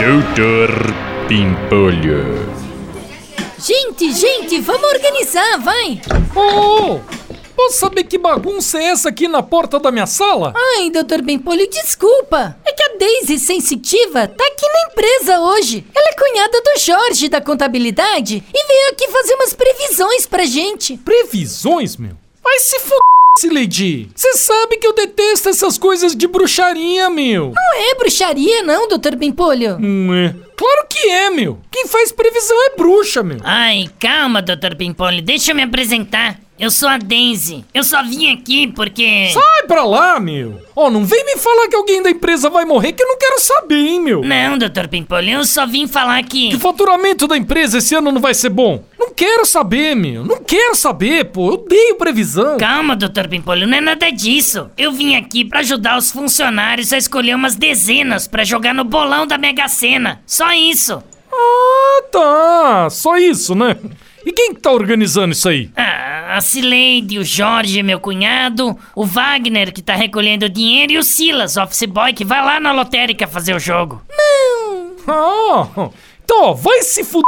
Doutor Pimpolho. Gente, gente, vamos organizar, vai! Ô, ô, posso saber que bagunça é essa aqui na porta da minha sala? Ai, doutor Bempolho, desculpa! É que a Daisy Sensitiva tá aqui na empresa hoje. Ela é cunhada do Jorge da contabilidade e veio aqui fazer umas previsões pra gente. Previsões, meu? Vai se f***, se Lady. Você sabe que eu detesto essas coisas de bruxaria, meu. Não é bruxaria, não, doutor Bempolho? Ah, Não é. Claro que é, meu. Quem faz previsão é bruxa, meu. Ai, calma, Dr. Pimpolho, deixa eu me apresentar. Eu sou a Daisy. Eu só vim aqui porque. Sai pra lá, meu. Ó, não vem me falar que alguém da empresa vai morrer que eu não quero saber, hein, meu. Não, Dr. Pimpolho, eu só vim falar Que que. o faturamento da empresa esse ano não vai ser bom. Não quero saber, meu. Não quero saber, pô. Eu odeio previsão. Calma, Dr. Pimpolho, não é nada disso. Eu vim aqui pra ajudar os funcionários a escolher umas dezenas pra jogar no bolão da Mega Sena. Só isso. Ah, tá. Só isso, né? E quem que tá organizando isso aí? Ah, a Cileide, o Jorge, meu cunhado, o Wagner, que tá recolhendo dinheiro, e o Silas, office boy, que vai lá na lotérica fazer o jogo. Ah, então, ó, vai se fuder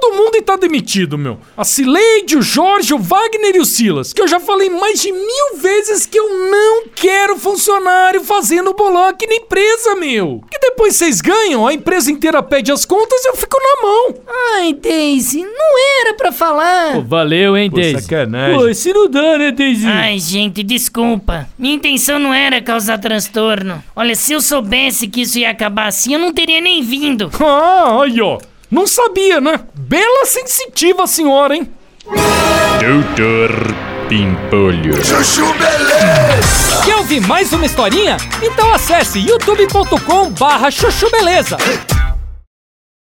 todo mundo e tá demitido, meu. A Cileide, o Jorge, o Wagner e o Silas, que eu já falei mais de mil vezes que eu não quero funcionário fazendo bolão aqui na empresa, meu. Que depois vocês ganham, a empresa inteira pede as contas e eu fico na mão. Ai, Daisy, não era pra falar. Valeu, hein, Daisy? sacanagem. Pô, se não dá, né, Daisy? Ai, gente, desculpa. Minha intenção não era causar transtorno. Olha, se eu soubesse que isso ia acabar assim, eu não teria nem vindo. Ah, aí, ó. Não sabia, né? Bela sensitiva a senhora, hein? Doutor Pimpolho. Quer ouvir mais uma historinha? Então acesse youtube.com barra chuchu beleza.